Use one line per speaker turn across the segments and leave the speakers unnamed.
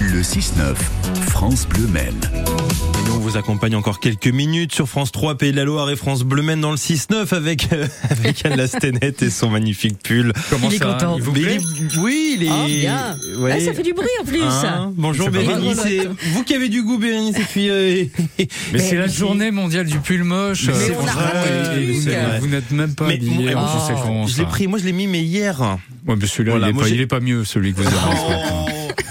Le 6-9, France Bleu Maine.
Et nous, on vous accompagne encore quelques minutes sur France 3, Pays de la Loire et France Bleu Maine dans le 6-9 avec, euh, avec Anne Lastenette et son magnifique pull.
Comment
Il est
ça
content.
Il vous
Mais
plaît
il est- Oui, il est...
Ah, bien.
Ouais.
Ah, ça fait du bruit en plus.
Hein Bonjour
C'est pas mal.
Bérénice, c'est vous qui avez du goût Bérénice et puis... euh, et-
Mais c'est la
Mais-
journée mondiale du pull moche.
Mais
C'est
on a
vrai,
raté le
et
truc.
vous-
C'est vrai.
Vous n'êtes même pas
Mais mon-
habillé.
eh,
je
moi,
sais comment
Je l'ai
ça.
pris, moi je l'ai mis mais hier.
Ouais, mais celui-là,
Voilà,
il, est
moi,
pas,
j'ai- Oh.
il est pas mieux, celui que vous avez.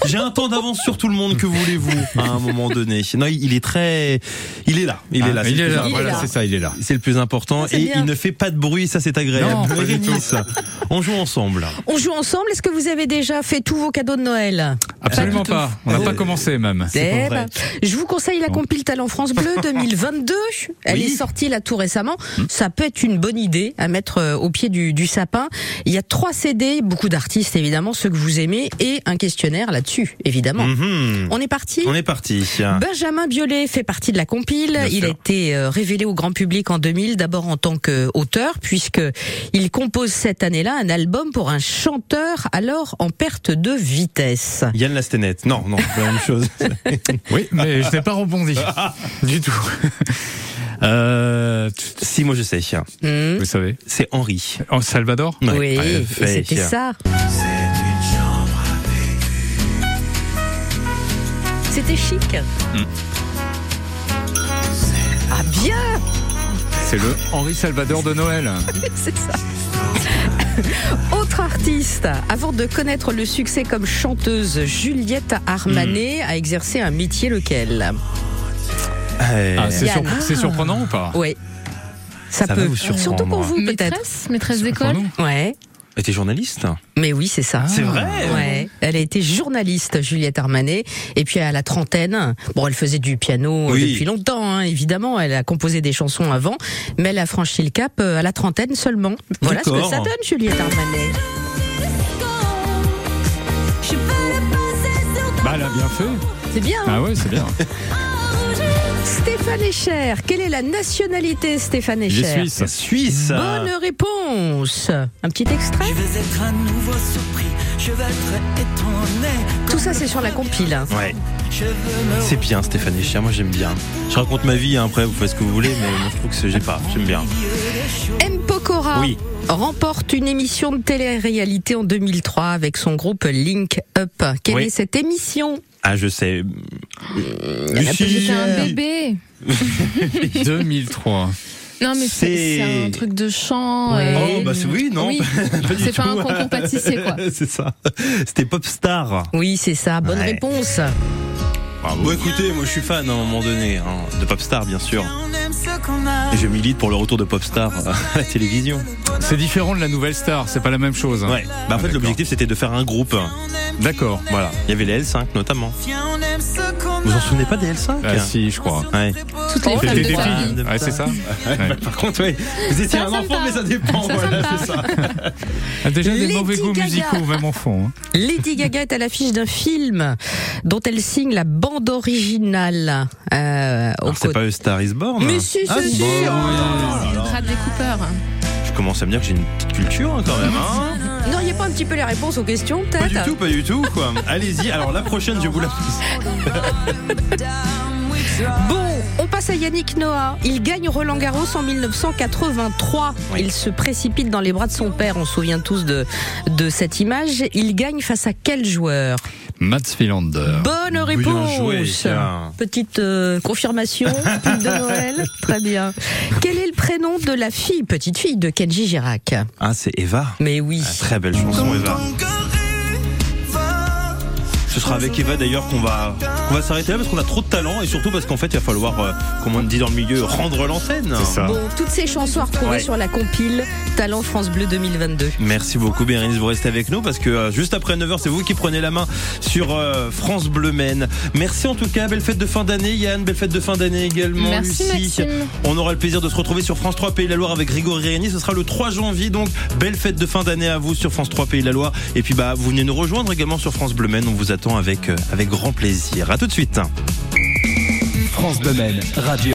J'ai un temps d'avance sur tout le monde que voulez-vous à un moment donné. Non, il il est très, il est là, il est là.
Ah,
c'est
il
le
est
plus
là,
important.
voilà,
là.
c'est ça, il est là.
C'est le plus important
Ah, c'est
et
bien.
il ne fait pas de bruit, ça c'est agréable.
Non, pas du tout.
Bérénice, On joue ensemble.
On joue ensemble. Est-ce que vous avez déjà fait tous vos cadeaux de Noël
Absolument
Pas
pas.
du
On n'a
Euh,
pas commencé même.
Eh
vrai.
ben, Je vous conseille la compile Talent France Bleu 2022. Elle
Oui. Hmm.
est sortie là tout récemment. Ça peut être une bonne idée à mettre euh, au pied du, du sapin. Il y a trois CD, beaucoup d'artistes évidemment, ceux que vous aimez, et un questionnaire là-dessus, évidemment.
Mhm.
On est parti
On est parti.
Benjamin Biolay fait partie de la compile. il a
sûr.
été euh, révélé au grand public en 2000, d'abord en tant qu'auteur, puisque il compose cette année-là un album pour un chanteur alors en perte de vitesse.
Yann Lastenette. Non, non, la même chose.
Oui, mais je n'ai pas rebondi. du tout. Euh,
si, moi je sais.
Hmm.
vous savez.
C'est Henri.
En Salvador
Mmh. Ouais,
oui, et
parfait.
c'était ça. C'était chic.
Mmh.
Ah bien,
C'est le Henri Salvador de Noël. Ah,
c'est ça. Autre artiste, avant de connaître le succès comme chanteuse, Juliette Armanet
Hmm.
a exercé un métier lequel
Ouais.
Ah, c'est
Yann.
surp- c'est surprenant ou pas
Oui. Ça,
Ça va
peut.
vous surprendre,
Surtout pour
moi.
vous peut-être.
Maîtresse, maîtresse d'école.
Surprenant.
Ouais.
Et T'es journaliste
Mais oui, c'est ça.
C'est vrai
Ouais, elle a été journaliste, Juliette Armanet, et puis à la trentaine, bon, elle faisait du piano euh,
Oui.
depuis longtemps, hein, évidemment, elle a composé des chansons avant, mais elle a franchi le cap euh, à la trentaine seulement. Voilà ce que
D'accord.
ça donne, Juliette Armanet.
Bah, elle a bien fait.
C'est bien. hein
Ah ouais, c'est bien.
Stéphane Echer, quelle est la nationalité, Stéphane
Il est
Echer
suisse.
Suisse.
Bonne réponse. Un petit extrait.
Je vais être à nouveau surpris, je vais être étonné.
Tout ça, c'est sur la compile. hein.
Ouais.
Je veux me
C'est bien Stéphanie Chia, moi j'aime bien. Je raconte ma vie, hein, après vous faites ce que vous voulez, mais moi, je trouve que c'est- j'ai pas, j'aime bien.
M. Pokora
Oui.
remporte une émission de télé-réalité en 2003 avec son groupe Link Up. Quelle
Oui.
est cette émission
Ah je sais.
Ah, J'étais un bébé.
2003.
Non, mais c'est
C'est-
c'est un truc de chant.
Ouais.
euh,
Oh bah c'est oui, non
Oui.
pas du
C'est pas
tout.
un concours pâtissier, quoi.
c'est ça. C'était Popstar.
Oui, c'est ça. Bonne
Ouais.
réponse.
Bon écoutez, moi je suis fan à un moment donné, hein, de Popstar bien sûr.
On aime ce qu'on a.
Et je milite pour le retour de Popstar euh, à la télévision.
C'est différent de la nouvelle star, c'est pas la même chose.
Ouais. Bah en fait
d'accord.
l'objectif c'était de faire un groupe.
D'accord.
Voilà. Il y avait les L5 notamment.
Viens, on aime ce qu'on
Vous en
a.
souvenez pas des L5
Ah si, je crois.
Ouais.
Oh.
Toutes
Oh,
les femmes
C'était
de
des
ta vie.
filles. Ouais, c'est ça. Ouais.
Par contre, oui, vous étiez
Ça,
un
ça me
enfant,
parle.
mais ça dépend. voilà, c'est ça.
Ah, déjà des
Lady
mauvais goûts
Gaga.
musicaux, même enfant. hein.
Lady Gaga est à l'affiche d'un film dont elle signe la bande originale. Euh, aux
Alors, Ah, C'est
côtés-
pas Star is Born
Mais si,
Ah,
c'est
bon,
sûr.
oui.
Bradley Cooper.
Je commence à me dire que j'ai une petite culture hein, quand même. hein.
Non, il n'y a pas un petit peu les réponses aux questions,
Pas du tout,
peut-être
pas du tout quoi. Allez-y, alors la prochaine je vous la pose.
Bon, on passe à Yannick Noah. Il gagne Roland Garros en 1983.
Oui.
Il se précipite dans les bras de son père. On se souvient tous de, de cette image. Il gagne face à quel joueur
Ah,
Mats Philander.
Bonne réponse.
Bien joué, tiens.
Petite euh, confirmation pile de Noël. Très bien. Quel est le prénom de la fille, petite fille de Kenji Girac
Ah c'est Eva.
Mais oui.
Ah, très belle chanson Eva.
Ton cœur est vain.
Ce sera avec Eva d'ailleurs qu'on va, qu'on va s'arrêter là parce qu'on a trop de talent et surtout parce qu'en fait il va falloir, euh, comme on dit dans le milieu, rendre l'antenne.
C'est ça.
Bon, toutes ces chansons à retrouver
Ouais.
sur la compile Talent France Bleu 2022.
Merci beaucoup Bérénice, vous restez avec nous parce que euh, juste après 9h c'est vous qui prenez la main sur euh, France Bleu Maine. Merci en tout cas, belle fête de fin d'année Yann, belle fête de fin d'année également
Merci,
Lucie.
Maxime.
On aura le plaisir de se retrouver sur France 3 Pays de la Loire avec Grégory Réani, ce sera le 3 janvier donc belle fête de fin d'année à vous sur France 3 Pays de la Loire et puis bah vous venez nous rejoindre également sur France Bleu Maine, on vous attend avec euh, avec grand plaisir. À tout de suite.
France Domaine, radio.